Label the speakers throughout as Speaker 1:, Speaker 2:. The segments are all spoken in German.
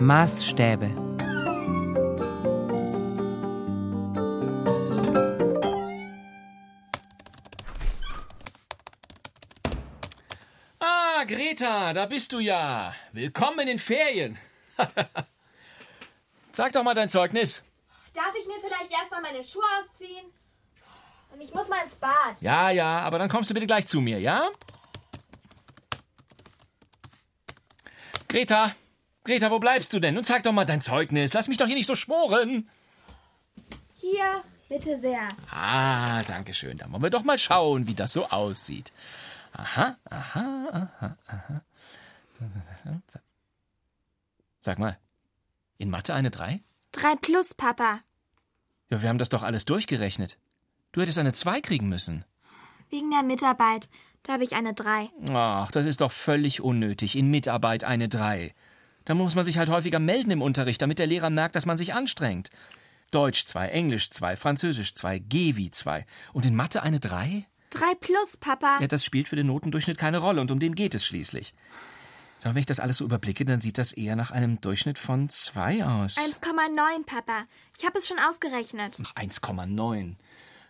Speaker 1: Maßstäbe.
Speaker 2: Ah, Greta, da bist du ja. Willkommen in den Ferien. Zeig doch mal dein Zeugnis.
Speaker 3: Darf ich mir vielleicht erstmal meine Schuhe ausziehen? Und ich muss mal ins Bad.
Speaker 2: Ja, ja, aber dann kommst du bitte gleich zu mir, ja? Greta, Greta, wo bleibst du denn? Nun zeig doch mal dein Zeugnis. Lass mich doch hier nicht so schmoren.
Speaker 3: Hier, bitte sehr.
Speaker 2: Ah, danke schön. Dann wollen wir doch mal schauen, wie das so aussieht. Aha, aha, aha, aha. Sag mal, in Mathe eine 3?
Speaker 3: Drei plus, Papa.
Speaker 2: Ja, wir haben das doch alles durchgerechnet. Du hättest eine 2 kriegen müssen.
Speaker 3: Wegen der Mitarbeit. Da habe ich eine Drei.
Speaker 2: Ach, das ist doch völlig unnötig. In Mitarbeit eine 3. Da muss man sich halt häufiger melden im Unterricht, damit der Lehrer merkt, dass man sich anstrengt. Deutsch 2, Englisch 2, Französisch 2, Gewi 2. Und in Mathe eine 3?
Speaker 3: Drei plus, Papa.
Speaker 2: Ja, das spielt für den Notendurchschnitt keine Rolle und um den geht es schließlich. Aber wenn ich das alles so überblicke, dann sieht das eher nach einem Durchschnitt von 2 aus.
Speaker 3: 1,9, Papa. Ich habe es schon ausgerechnet.
Speaker 2: Ach, 1,9.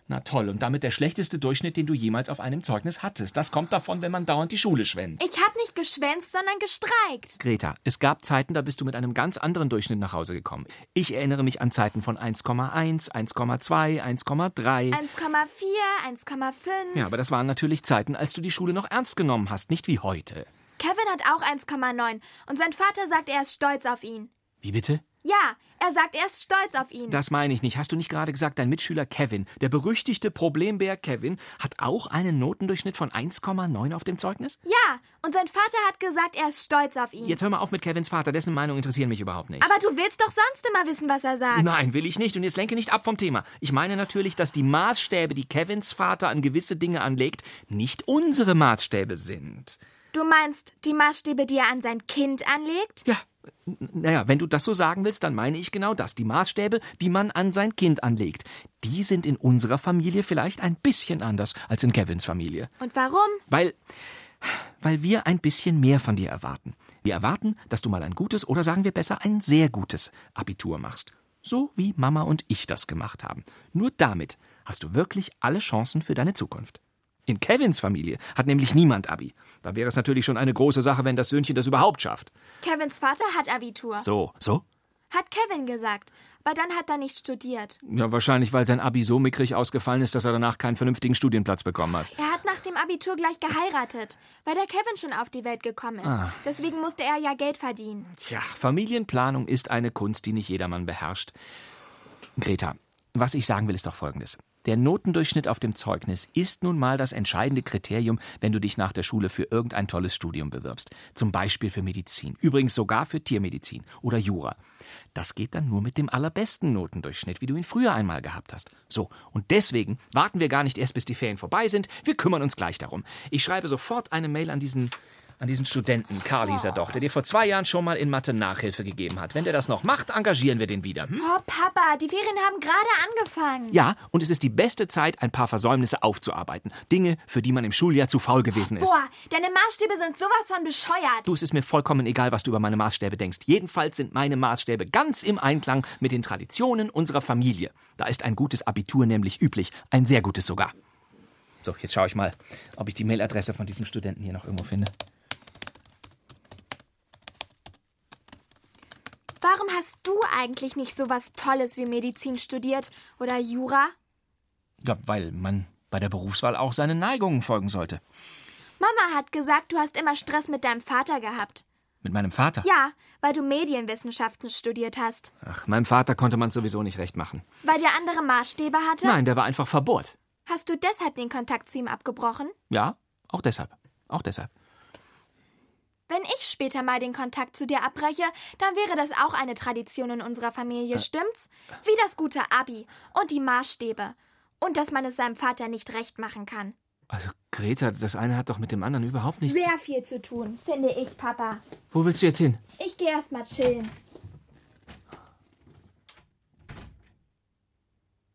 Speaker 2: Na toll, und damit der schlechteste Durchschnitt, den du jemals auf einem Zeugnis hattest. Das kommt davon, wenn man dauernd die Schule schwänzt.
Speaker 3: Ich habe nicht geschwänzt, sondern gestreikt.
Speaker 2: Greta, es gab Zeiten, da bist du mit einem ganz anderen Durchschnitt nach Hause gekommen. Ich erinnere mich an Zeiten von 1,1, 1,2, 1,3.
Speaker 3: 1,4, 1,5.
Speaker 2: Ja, aber das waren natürlich Zeiten, als du die Schule noch ernst genommen hast, nicht wie heute.
Speaker 3: Kevin hat auch 1,9 und sein Vater sagt, er ist stolz auf ihn.
Speaker 2: Wie bitte?
Speaker 3: Ja, er sagt, er ist stolz auf ihn.
Speaker 2: Das meine ich nicht. Hast du nicht gerade gesagt, dein Mitschüler Kevin, der berüchtigte Problembär Kevin, hat auch einen Notendurchschnitt von 1,9 auf dem Zeugnis?
Speaker 3: ja, und sein Vater hat gesagt, er ist stolz auf ihn.
Speaker 2: Jetzt hör mal auf mit Kevins Vater, dessen Meinung interessieren mich überhaupt nicht.
Speaker 3: Aber du willst doch sonst immer wissen, was er sagt.
Speaker 2: Nein, will ich nicht. Und jetzt lenke nicht ab vom Thema. Ich meine natürlich, dass die Maßstäbe, die Kevins Vater an gewisse Dinge anlegt, nicht unsere Maßstäbe sind.
Speaker 3: Du meinst die Maßstäbe, die er an sein Kind anlegt?
Speaker 2: Ja. n- Naja, wenn du das so sagen willst, dann meine ich genau das. Die Maßstäbe, die man an sein Kind anlegt, die sind in unserer Familie vielleicht ein bisschen anders als in Kevins Familie.
Speaker 3: Und warum?
Speaker 2: Weil, weil wir ein bisschen mehr von dir erwarten. Wir erwarten, dass du mal ein gutes oder sagen wir besser ein sehr gutes Abitur machst. So wie Mama und ich das gemacht haben. Nur damit hast du wirklich alle Chancen für deine Zukunft. In Kevins Familie hat nämlich niemand Abi. Da wäre es natürlich schon eine große Sache, wenn das Söhnchen das überhaupt schafft.
Speaker 3: Kevins Vater hat Abitur.
Speaker 2: So, so?
Speaker 3: Hat Kevin gesagt. Aber dann hat er nicht studiert.
Speaker 2: Ja, wahrscheinlich, weil sein Abi so mickrig ausgefallen ist, dass er danach keinen vernünftigen Studienplatz bekommen hat.
Speaker 3: Er hat nach dem Abitur gleich geheiratet, weil der Kevin schon auf die Welt gekommen ist.
Speaker 2: Ah.
Speaker 3: Deswegen musste er ja Geld verdienen.
Speaker 2: Tja, Familienplanung ist eine Kunst, die nicht jedermann beherrscht. Greta, was ich sagen will, ist doch folgendes. Der Notendurchschnitt auf dem Zeugnis ist nun mal das entscheidende Kriterium, wenn du dich nach der Schule für irgendein tolles Studium bewirbst. Zum Beispiel für Medizin. Übrigens sogar für Tiermedizin oder Jura. Das geht dann nur mit dem allerbesten Notendurchschnitt, wie du ihn früher einmal gehabt hast. So, und deswegen warten wir gar nicht erst, bis die Ferien vorbei sind. Wir kümmern uns gleich darum. Ich schreibe sofort eine Mail an diesen an diesen Studenten, Karl hieß er doch, der dir vor zwei Jahren schon mal in Mathe Nachhilfe gegeben hat. Wenn der das noch macht, engagieren wir den wieder. Hm?
Speaker 3: Oh, Papa, die Ferien haben gerade angefangen.
Speaker 2: Ja, und es ist die beste Zeit, ein paar Versäumnisse aufzuarbeiten. Dinge, für die man im Schuljahr zu faul gewesen ist.
Speaker 3: Boah, deine Maßstäbe sind sowas von bescheuert.
Speaker 2: Du, es ist mir vollkommen egal, was du über meine Maßstäbe denkst. Jedenfalls sind meine Maßstäbe ganz im Einklang mit den Traditionen unserer Familie. Da ist ein gutes Abitur nämlich üblich, ein sehr gutes sogar. So, jetzt schaue ich mal, ob ich die Mailadresse von diesem Studenten hier noch irgendwo finde.
Speaker 3: Warum hast du eigentlich nicht sowas Tolles wie Medizin studiert oder Jura?
Speaker 2: Ja, weil man bei der Berufswahl auch seinen Neigungen folgen sollte.
Speaker 3: Mama hat gesagt, du hast immer Stress mit deinem Vater gehabt.
Speaker 2: Mit meinem Vater.
Speaker 3: Ja, weil du Medienwissenschaften studiert hast.
Speaker 2: Ach, meinem Vater konnte man es sowieso nicht recht machen.
Speaker 3: Weil der andere Maßstäbe hatte?
Speaker 2: Nein, der war einfach verbohrt.
Speaker 3: Hast du deshalb den Kontakt zu ihm abgebrochen?
Speaker 2: Ja, auch deshalb. Auch deshalb.
Speaker 3: Wenn ich später mal den Kontakt zu dir abbreche, dann wäre das auch eine Tradition in unserer Familie, stimmt's? Wie das gute Abi und die Maßstäbe. Und dass man es seinem Vater nicht recht machen kann.
Speaker 2: Also, Greta, das eine hat doch mit dem anderen überhaupt nichts.
Speaker 3: Sehr viel zu tun, finde ich, Papa.
Speaker 2: Wo willst du jetzt hin?
Speaker 3: Ich gehe erst mal chillen.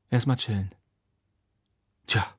Speaker 2: Erstmal chillen. Tja,